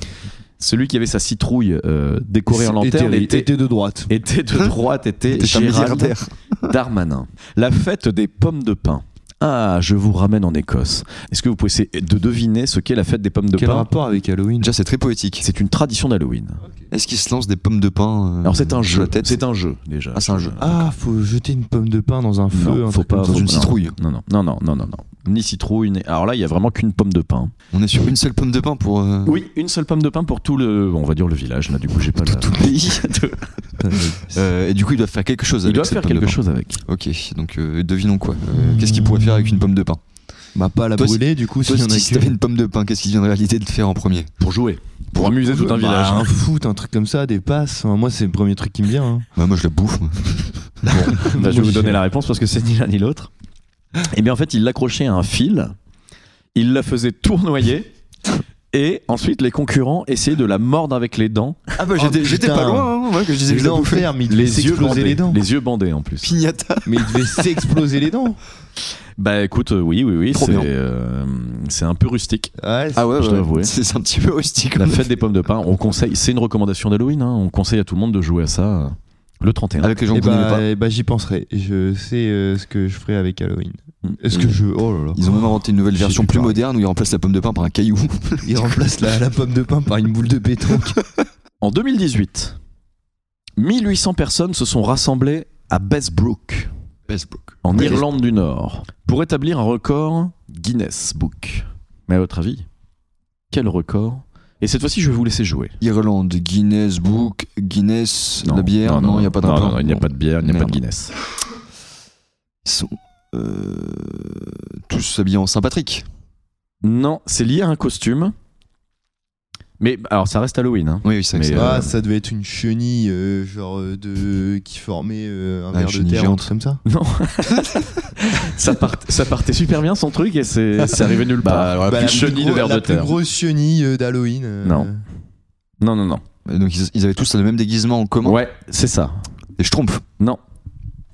Celui qui avait sa citrouille euh, décorée en Était- lanterne était, était de droite. était de droite, était T'es un Gérald milliardaire. Darmanin. La fête des pommes de pain. Ah, je vous ramène en Écosse. Est-ce que vous pouvez essayer de deviner ce qu'est la fête des pommes de Quel pain rapport avec Halloween Déjà, c'est très poétique. C'est une tradition d'Halloween. Est-ce qu'il se lance des pommes de pain euh, Alors c'est un sur jeu. la tête C'est un jeu déjà. Ah, c'est un jeu. Ah, faut jeter une pomme de pain dans un feu. Non, un faut truc comme pas- ça. Dans une non. citrouille. Non non non non non non non. Ni citrouille. Ni... Alors là, il y a vraiment qu'une pomme de pain. On est sur une seule pomme de pain pour. euh, Oui, une seule pomme de pain pour tout le, on va dire le village. Là, du coup, j'ai pas le. Tout le pays. Euh, et du coup, ils doivent faire quelque chose Il avec doit cette faire pomme de quelque pain. chose avec. Ok, donc euh, devinons quoi. Euh, Qu'est-ce qu'ils pourraient faire avec une pomme de pain Bah, pas la Toi, brûler, du coup, Toi, s'il y en a si que- t'avais une pomme de pain, qu'est-ce qu'ils viendraient à l'idée de faire en premier Pour jouer. Pour amuser tout un Bah, village. hein. Un foot, un truc comme ça, des passes. Enfin, Moi, c'est le premier truc qui me vient. hein. Bah, moi, je la bouffe. moi. Bah, je vais Moi, vous je- donner la réponse parce que c'est ni l'un ni l'autre. Et bien en fait, il l'accrochait à un fil, il la faisait tournoyer, et ensuite les concurrents essayaient de la mordre avec les dents, Ah bah, Oh, j'étais- j'étais pas loin, moi, que je disais C'est Oh, l'enfer, mais il devait les yeux s'exploser bandés, les dents. les yeux bandés en plus. Pignata. Mais il devait s'exploser les dents. Bah écoute, euh, oui, oui, oui, Trop c'est bien. euh, c'est un peu rustique. Ouais, Ah ouais, Je dois avouer. ouais. C'est c'est un petit peu hein. rustique. La comme fête des pommes de pain, on conseille, c'est une recommandation d'Halloween, hein, on conseille à tout le monde de jouer à ça euh, le 31. Avec les gens Eh qu'on aimait bah, pas. eh bah, j'y penserai. Je sais euh, ce que je ferai avec Halloween. Mm. Est-ce que je. Oh là là. Ils ont même inventé une nouvelle J'ai version plus plus parlé. moderne où ils remplacent la pomme de pain par un caillou. Ils remplacent la, la pomme de pain par une boule de béton. En 2018, 1800 personnes se sont rassemblées à Bessbrook, Facebook. en Oui. Irlande du Nord pour établir un record Guinness Book. Mais à votre avis, quel record Et cette fois-ci, je vais vous laisser jouer. Irlande, Guinness, Book, Guinness, Non, la bière. Non, il n'y a pas de non, rapport. non, non, il n'y a pas de bière, il n'y a pas de Merde. Guinness. Ils sont euh, tous habillés en Saint-Patrick. Non, c'est lié à un costume. Mais alors, ça reste Halloween. hein. Oui, oui, c'est Mais, vrai. Ah, euh, ça devait être une chenille, euh, genre euh, de qui formait euh, Ah, un une verre de chenille terre, un géante. truc comme ça. Ça, part- ça partait super bien son truc et c'est c'est arrivé nulle part. Bah, alors, la Bah, Une la plus chenille de gros- verre de La plus terre. grosse chenille euh, d'Halloween. euh, Non. Non, non, non. Et Donc ils, ils avaient tous le même déguisement en commun. Ouais, c'est ça. Et je trompe.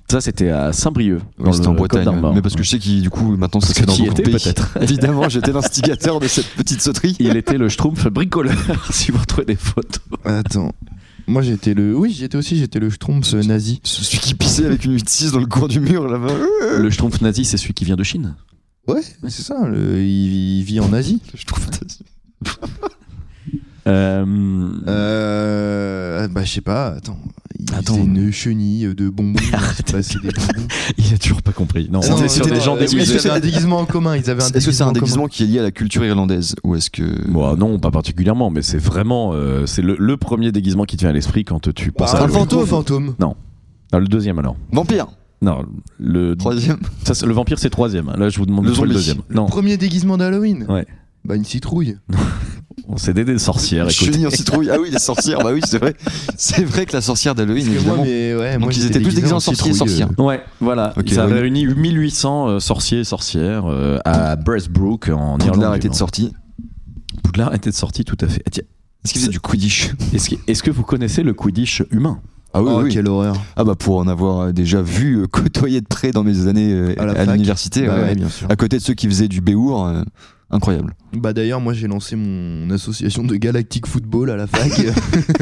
Ça, c'était à Saint-Brieuc. dans Oui, c'était le en Côte Bretagne. d'Armor. Mais parce que je sais qu'il du coup maintenant Parce ça se fait que dans t'y beaucoup de étais, pays. peut-être. Évidemment, j'étais l'instigateur de cette petite sauterie. Il était le schtroumpf bricoleur, si vous retrouvez des photos. Attends. Moi j'étais le. Oui, j'étais aussi, j'étais le Schtroumpf euh, nazi. Celui qui pissait avec une 8-6 dans le coin du mur là-bas. Le schtroumpf nazi, c'est celui qui vient de Chine. Ouais, c'est ça, le- il, il vit en Asie. Je trouve ça- Euh, Euh. Bah, je sais pas, attends. Il Attends. faisait une chenille de bonbons. il se passait des bonbons. Il a toujours pas compris. Non, Ah non, on est mais sur c'était- des gens euh, oui, déguisés. Ils avaient un déguisement en commun. Ils avaient un Est-ce que c'est en un commun. déguisement qui est lié à la culture irlandaise ou est-ce que Moi, non, pas particulièrement, mais c'est vraiment euh, c'est le, le premier déguisement qui te vient à l'esprit quand tu penses à Ah, Bah, un le Halloween. fantôme. fantôme. Non, le deuxième alors. vampire Non, le Troisième. ça, c'est- le vampire c'est troisième. Là, je vous demande Le de trouver le zombie. deuxième. Non, Premier déguisement d'Halloween. Ouais. Bah, une citrouille. on s'est des, des sorcières. écoute. Chenille en citrouille. Ah oui, les sorcières. Bah oui, c'est vrai. C'est vrai que la sorcière d'Halloween Parce que évidemment. moi, mais, ouais, Donc moi, ils j'étais étaient tous déguisé déguisés en en sorciers et citrouille, euh. sorcières. Ouais, voilà. Ok, ça a donc- réuni 1800 euh, sorciers et sorcières euh, à Brestbrook en Poudlard Irlande. du était de Nord. sortie. Poudlard était de sortie, tout à fait. Ah, tiens, Est-ce qu'il faisait du Quidditch Est-ce que, est-ce que vous connaissez le Quidditch humain Ah oui, oh, oui. quelle horreur. Ah bah pour en avoir déjà vu euh, côtoyer de près dans mes années euh, À la à, fac. l'université, Bah ouais. Ah, ouais, bien sûr. à côté de ceux qui faisaient du Béour, euh, incroyable. Bah d'ailleurs, moi j'ai lancé mon association de Galactic Football à la fac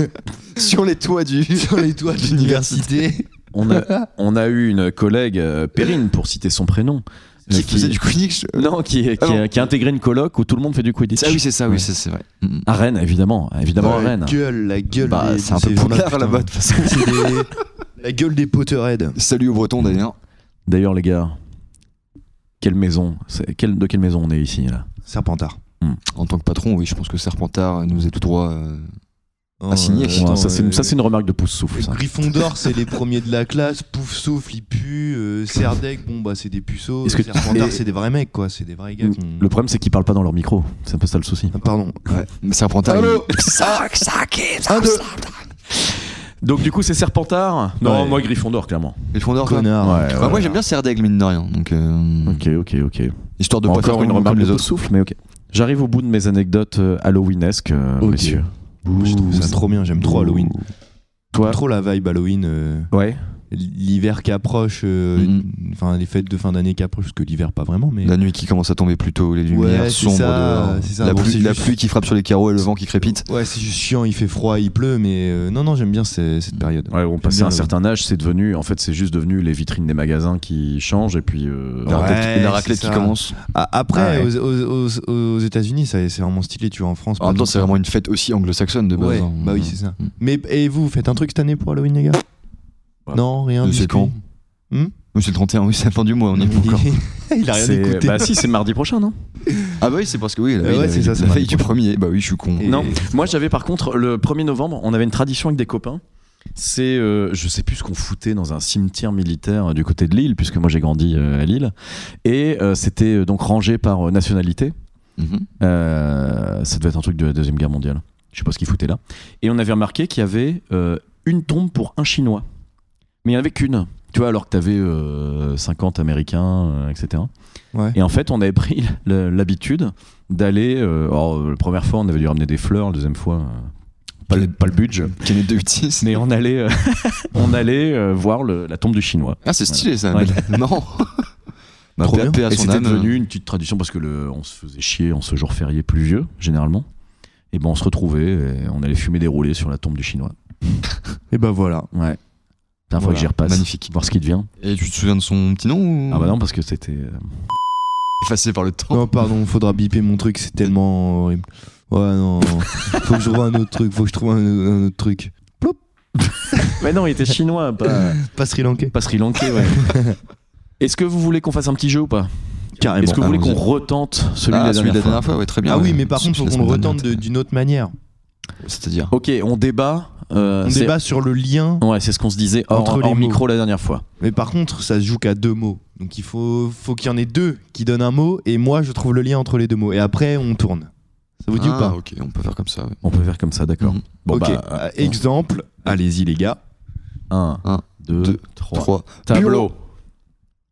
Sur les toits du. sur les toits de l'université. On a, on a eu une collègue, euh, Perrine, pour citer son prénom, euh, qui faisait du Quidditch. euh, Non, qui, qui, Ah non. qui a intégré une coloc où tout le monde fait du quidditch. Ah oui, c'est ça, Ouais. oui, c'est c'est vrai. Mm. À Rennes, évidemment. Évidemment, à la Rennes. gueule, la gueule. Bah, des- c'est un ces peu gens-là, Poudlard, là-bas, de toute façon. putain. C'est des- La gueule des Potterheads. Salut aux Bretons d'ailleurs. D'ailleurs, les gars, quelle maison c'est- quelle- De quelle maison on est ici, là Serpentard. En tant que patron, oui, je pense que Serpentard nous est tout droit. euh, signer. signer Putain, Ouais, Ça, c'est une, ça, c'est une remarque de pouce souffle, ça. Griffon d'or, c'est les premiers de la classe. Pouf souffle, ils puent. Euh, Serdec, bon bah c'est des puceaux. Est-ce que- Serpentard, et- c'est des vrais mecs quoi. C'est des vrais gars. qui ont- Le problème, c'est qu'ils parlent pas dans leur micro. C'est un peu ça le souci. Ah, Pardon. mais Serpentard. Allô il- Un, deux. Donc, du coup, c'est Serpentard Non, Ouais. Ah, moi, Gryffondor, clairement. Les fondeurs, quoi. Connard. Ouais, Bah, moi j'aime bien Serdaigle, mine de rien. Donc, euh, Ok, ok, ok. histoire de pas faire Encore une comme remarque les de pouce autres. souffle, mais ok. J'arrive au bout de mes anecdotes euh, halloweenesques, euh, Ok. messieurs. Moi, je trouve ça trop bien. J'aime trop Halloween. Toi Trop la vibe Halloween. euh, Ouais. l'hiver qui approche, euh, Mm. Mhm. enfin les fêtes de fin d'année qui approchent, parce que l'hiver pas vraiment, mais La nuit qui commence à tomber plus tôt, les lumières c'est sombres ça, dehors, c'est ça. la, Bon, pluie, c'est la juste- pluie qui frappe sur les carreaux et le vent qui crépite. ouais c'est juste chiant, il fait froid, il pleut, mais euh, non non j'aime bien ces- cette période. Ouais, on passait bien un le- certain âge, c'est devenu, en fait, c'est juste devenu les vitrines des magasins qui changent et puis euh, La Ah Ouais, raclette, la c'est raclette ça. qui commence. Ah, après Ah ouais. aux, aux, aux, aux États-Unis ça c'est vraiment stylé, tu vois en France. En pas même temps, non c'est vraiment une fête aussi anglo-saxonne de plus. base. Ouais, hein. bah oui c'est ça. Mm. Mais et vous, vous faites un truc cette année pour Halloween les gars Ouais. Non rien. Mais Euh, c'est biscuit quand Hmm Oui, c'est le 31, oui, c'est la fin du mois, on y est pas encore. il a rien C'est- écouté. Bah si, c'est mardi prochain, non Ah bah oui, c'est parce que oui, la Euh, veille, ouais, la c'est veille ça, du- c'est la mardi veille du premier, bah oui, je suis con. Et- Non. Moi, j'avais par contre le 1er novembre, on avait une tradition avec des copains. C'est, euh, je sais plus ce qu'on foutait dans un cimetière militaire euh, du côté de Lille, puisque moi j'ai grandi euh, à Lille, et euh, c'était euh, donc rangé par euh, nationalité. Mhm. Euh, ça devait être un truc de la deuxième guerre mondiale. Je sais pas ce qu'ils foutaient là. Et on avait remarqué qu'il y avait euh, une tombe pour un Chinois, mais il y en avait qu'une. Tu vois, alors que t'avais avais 50 Américains, euh, etc. Ouais. Et en fait, on avait pris le- l'habitude d'aller. euh, alors, euh, la première fois, on avait dû ramener des fleurs. La deuxième fois, euh, pas, le, pas le budget. Kenneth de Huttis. Mais on allait, euh, on allait euh, voir le- la tombe du Chinois. Ah, c'est stylé ça, Ouais. mais- non Bah, Trop paix- bien. paix à Et son c'était âme. devenu une petite tradition parce que le, on se faisait chier en ce jour férié pluvieux, généralement. Et ben on se retrouvait, et on allait fumer des roulés sur la tombe du Chinois. Et bah voilà. Ouais. La fois Voilà, que j'y repasse. magnifique. Voir ce qu'il devient. Et tu te souviens de son petit nom ou... Ah bah non, parce que c'était. euh, Effacé par le temps. Non, pardon, faudra biper mon truc, c'est tellement horrible. Ouais, non, faut que je trouve un autre truc, faut que je trouve un, un autre truc. Mais non, il était chinois, pas, Pas Sri Lankais. pas sri lankais, ouais. Est-ce que vous voulez qu'on fasse un petit jeu ou pas Carrément. Est-ce que vous voulez qu'on allons-y. retente celui de Ah, la dernière celui de la fois dernière fois, ouais, très bien. Ah oui, ouais. mais par contre, faut La qu'on le semaine dernière, retente de- d'une autre manière. C'est-à-dire Ok, on débat. euh, On c'est- débat sur le lien, Ouais, c'est ce qu'on se disait hors, Entre les hors mots. micro la dernière fois. mais par contre, ça se joue qu'à deux mots. Donc il faut, faut qu'il y en ait deux qui donnent un mot, et moi je trouve le lien entre les deux mots. Et après, on tourne. Ça vous dit ou Ah, pas ok, on peut faire comme ça. ouais. On peut faire comme ça, d'accord. Mhm. Bon, Ok, bah, euh, exemple, allez-y les gars. 1, Un, 2, deux, 3. Trois. Tableau.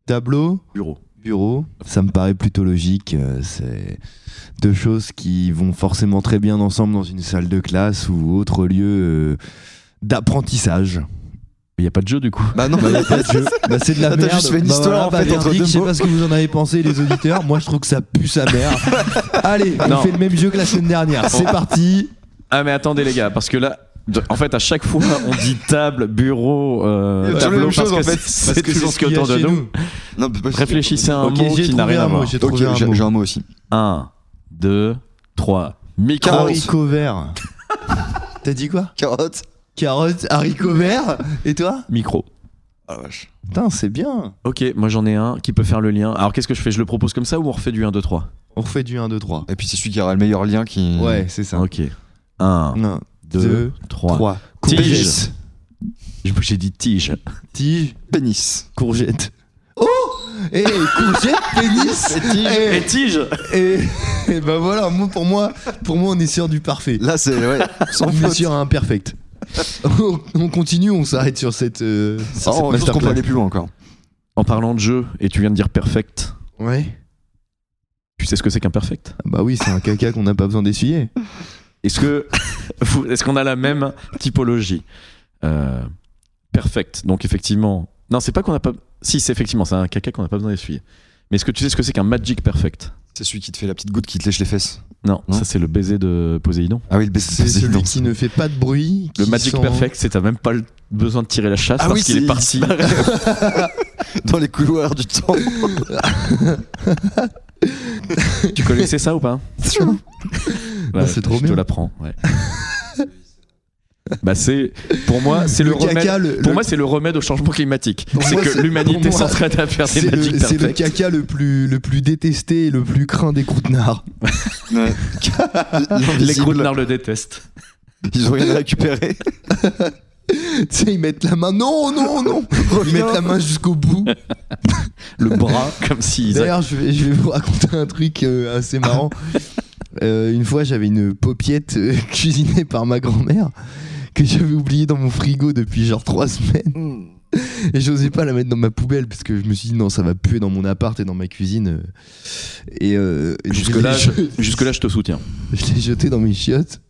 Tableau, Bureau. bureau, ça me paraît plutôt logique. euh, C'est deux choses qui vont forcément très bien ensemble dans une salle de classe ou autre lieu euh, d'apprentissage. Il n'y a pas de jeu du coup. Bah non, bah, Pas de jeu. Bah, c'est de la Ah, t'as merde. juste fait une Bah histoire, voilà, en bah, fait, entre verdict, deux Je sais mots. pas ce que vous en avez pensé les auditeurs. Moi je trouve que ça pue sa mère. Allez, Non. on fait le même jeu que la semaine dernière. C'est parti. Ah mais attendez les gars, parce que là, de- en fait à chaque fois on dit table, bureau, euh, Il y a toujours la tableau, même parce chose, que en fait. c'est- c'est toujours ce que qu'il y a t'en chez donnes. non, bah, bah, Réfléchissez à un Ok, mot j'ai qui n'a trouvé rien un à mot. voir. J'ai Ok, trouvé un j'ai j'ai mot. un mot aussi. 1, 2, 3. Micro. Haricot vert. T'as dit quoi Carotte. Carotte, haricot vert. Et toi Micro. Ah vache. Putain, c'est bien. Ok, moi j'en ai un qui peut faire le lien. Alors qu'est-ce que je fais Je le propose comme ça ou on refait du 1, 2, 3 On refait du 1, 2, 3. Et puis c'est celui qui aura le meilleur lien qui. Ouais, c'est ça. Hmm. Ok. 1, Non. 2, deux, 3. Tige. Courgette. Je- J'ai dit tige. Tige. Pénis. Courgette. Oh Eh, courgette, pénis Et Eh, tige Et, et ben voilà, moi, pour, moi, pour moi, on est sur du parfait. Là, c'est. Ouais, sans on est faute. sur un perfect. on on continue, on s'arrête sur cette, euh, sur Ah, je cette pense qu'on peut masterclass. aller plus loin encore. En parlant de jeu, et tu viens de dire perfect, Ouais. tu sais ce que c'est qu'un perfect Bah oui, c'est un caca qu'on n'a pas besoin d'essuyer. Est-ce que vous- est-ce qu'on a la même typologie Euh, Perfect. Donc effectivement, non, c'est pas qu'on n'a pas. Si, c'est effectivement, c'est un caca qu'on n'a pas besoin d'essuyer. Mais est-ce que tu sais ce que c'est qu'un magic perfect C'est celui qui te fait la petite goutte qui te lèche les fesses. non, Non. ça c'est le baiser de Poséidon. Ah oui, le baiser C'est de celui Poséidon. qui ne fait pas de bruit. Le qui magic sent- perfect, c'est t'as même pas le besoin de tirer la chasse Ah parce oui, qu'il est parti. Bah, dans les couloirs du temps. tu connaissais ça ou pas Bah, c'est trop je bien. te l'apprends. Ouais. bah c'est pour moi c'est le, Le remède. caca, le- pour le- moi c'est le remède au changement climatique. Pour C'est moi, que c'est- l'humanité pour moi, s'entraide à faire des C'est le, magic c'est le perfect. caca le plus, le plus détesté et le plus craint des croûtenards. Les L'invisible. croûtenards le détestent. Ils ont rien récupéré. tu sais, ils mettent la main. Non, non, non Ils mettent la main jusqu'au bout. Le bras comme s'ils D'ailleurs, je vais, je vais vous raconter un truc euh, assez marrant. Euh, une fois, j'avais une paupiette euh, cuisinée par ma grand-mère que j'avais oubliée dans mon frigo depuis genre trois semaines. Hmm. Et j'osais pas la mettre dans ma poubelle parce que je me suis dit non, ça va puer dans mon appart et dans ma cuisine. Et, euh, et donc, Jusque je là, l'ai je, je- jusque là, je te soutiens. je l'ai jetée dans mes chiottes.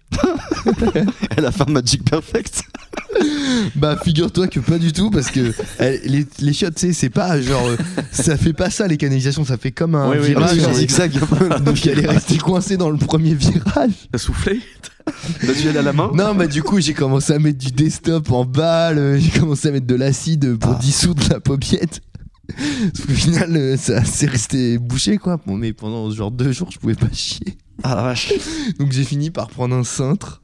Elle a fait un Magic Perfect. Bah figure-toi que pas du tout parce que elle- les, les chiottes, tu sais, c'est pas genre euh, ça fait pas ça les canalisations, ça fait comme un Oui, oui, virage. bien sûr, en oui. zigzag. Donc elle est restée coincée dans le premier virage. T'as soufflé T'as dû aller à la main Non, bah du coup, j'ai commencé à mettre du desktop en balle, euh, j'ai commencé à mettre de l'acide pour dissoudre la paupiette. Parce qu'au final, euh, ça s'est resté bouché quoi. Bon, mais pendant genre deux jours, je pouvais pas chier. Ah la vache. Donc j'ai fini par prendre un cintre,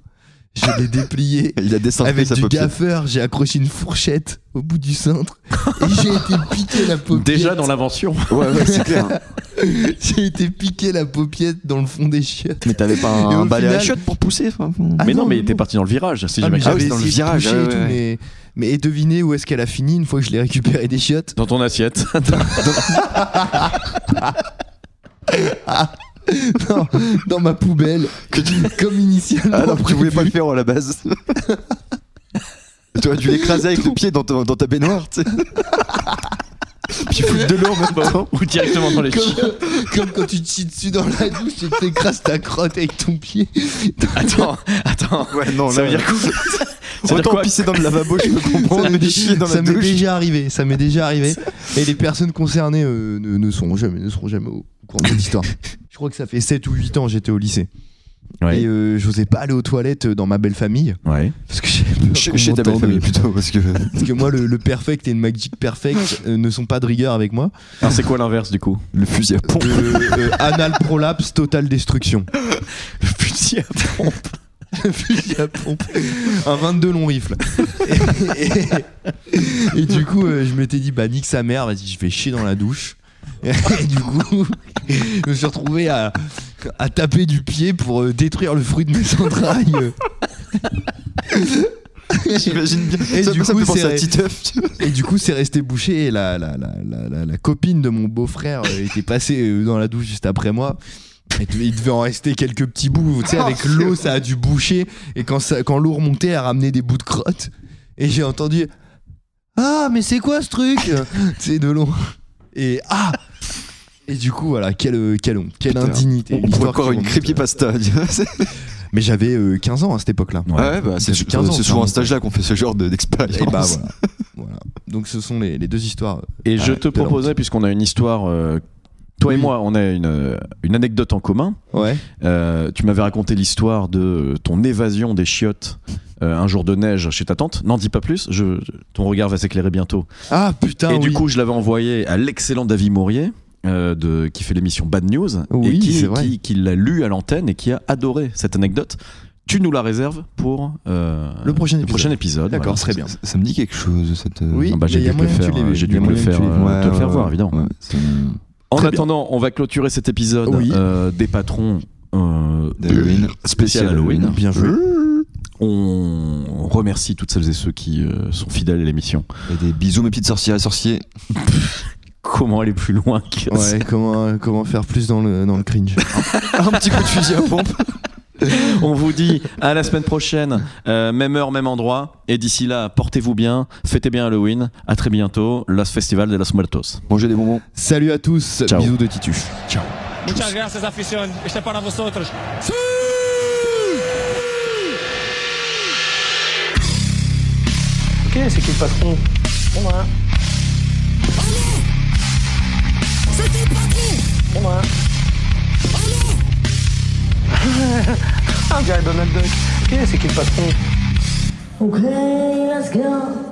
je l'ai déplié. Il a descendu Avec sa du paupière. gaffeur, j'ai accroché une fourchette au bout du cintre et j'ai été piqué la paupiette. Déjà dans l'invention. Ouais, ouais, c'est clair. J'ai été piqué la paupiette dans le fond des chiottes. Mais t'avais pas Et au un balai à final- chiottes pour pousser enfin, Ah mais non, non, mais non. Ah, t'es parti dans le virage. Si Ah j'ai mais bien compris. oui, j'avais dans le essayé de virage, toucher ouais, et tout, ouais. mais, mais devinez où est-ce qu'elle a fini une fois que je l'ai récupérée des chiottes Dans ton assiette. dans, dans ma poubelle, comme initialement. Alors Ah, tu voulais pas le prévu. faire à la base. tu aurais dû l'écraser avec le pied dans ta, dans ta baignoire, tu sais. Puis foutre de l'eau en même temps. ou directement dans les comme, chiottes. comme quand tu te chies dessus dans la douche et que t'écrases ta crotte avec ton pied. Attends, attends. Ouais, non, Ça Oh là, veut dire quoi Ça veut dire Autant quoi pisser dans le lavabo, je peux comprendre, mais chier dans ça la m'est douche. déjà arrivé, ça m'est déjà arrivé. Et les personnes concernées euh, ne, ne seront jamais, ne seront jamais au courant de l'histoire. Je crois que ça fait 7 ou 8 ans j'étais au lycée. Ouais. Et euh, j'osais pas aller aux toilettes euh, dans ma belle famille. Ouais. Parce que j'avais peur Chez qu'on chez ta belle m'entende. famille plutôt, parce que. Parce que moi, le, le perfect et le magic perfect euh, ne sont pas de rigueur avec moi. Alors c'est quoi l'inverse du coup Le fusil à pompe. Euh, euh, anal prolapse, totale destruction. Le fusil à pompe. Fusil à pompe. Un 22 long rifle. Et, et- et du coup, euh, je m'étais dit, bah nique sa mère, vas-y, je vais chier dans la douche. Et du coup, je me suis retrouvé à, à taper du pied pour euh, détruire le fruit de mes entrailles. J'imagine bien. Et ça du ça coup, me fait penser c'est- à Titeuf. Et du coup, c'est resté bouché. Et la, la, la, la, la- la copine de mon beau-frère euh, était passée euh, dans la douche juste après moi. Et tu- il devait en rester quelques petits bouts. Tu sais, avec l'eau, ça a dû boucher. Et quand, ça- quand l'eau remontait, elle ramenait des bouts de crotte. Et j'ai entendu Ah, mais c'est quoi ce truc Tu sais, de l'eau. Et Ah Et du coup, voilà, quelle, euh, quelle honte, quelle Putain, indignité. On pourrait histoire croire qui une remonte, creepypasta. euh. Mais j'avais euh, 15 ans à cette époque-là. Ah ouais, bah, c'est Depuis 15 ans, c'est souvent clairement. à ce stage-là qu'on fait ce genre de- d'expérience. Et bah voilà. Voilà. Donc ce sont les, les deux histoires. Et je Ouais, te de l'ordre. proposerais, puisqu'on a une histoire, euh, toi et Oui. moi, on a une, euh, une anecdote en commun. Ouais. Euh, tu m'avais raconté l'histoire de ton évasion des chiottes euh, un jour de neige chez ta tante. N'en dis pas plus, je, ton regard va s'éclairer bientôt. Ah putain. et oui. du coup, je l'avais envoyé à l'excellent David Mourier. euh, de, qui fait l'émission Bad News Oui, et qui, c'est vrai. qui- qui l'a lu à l'antenne et qui a adoré cette anecdote. Tu nous la réserves pour euh, Le prochain épisode. prochain épisode. D'accord, voilà. très bien. Ça, ça me dit quelque chose, cette. euh, Oui. Ah bah, j'ai mais y a dû te le moyen que tu faire, l'aies- j'ai y a dû me le moyen que faire, tu l'aies- euh, Ouais, te le ouais, faire ouais. voir, évidemment. Ouais, c'est- En Très attendant, on va clôturer cet épisode Oui. euh, des patrons euh, D'Halloween. spécial Halloween. Bien joué. On remercie toutes celles et ceux qui euh, sont fidèles à l'émission. Et des bisous, mes petites sorcières et sorciers. Comment aller plus loin que ça Ouais, comment, comment faire plus dans le, dans le cringe Un petit coup de fusil à pompe. On vous dit à la semaine prochaine, euh, même heure, même endroit. Et d'ici là, portez-vous bien, fêtez bien Halloween. À très bientôt, Los Festival de los Muertos. Mangez des bonbons. Salut à tous, Ciao. bisous de Titus. Ciao. Muchas gracias, afición. Este para vosotros. Ok, c'est qui le patron C'est moi. C'est moi. On dirait Donald Duck. Ok, c'est qui le patron Okay, let's go.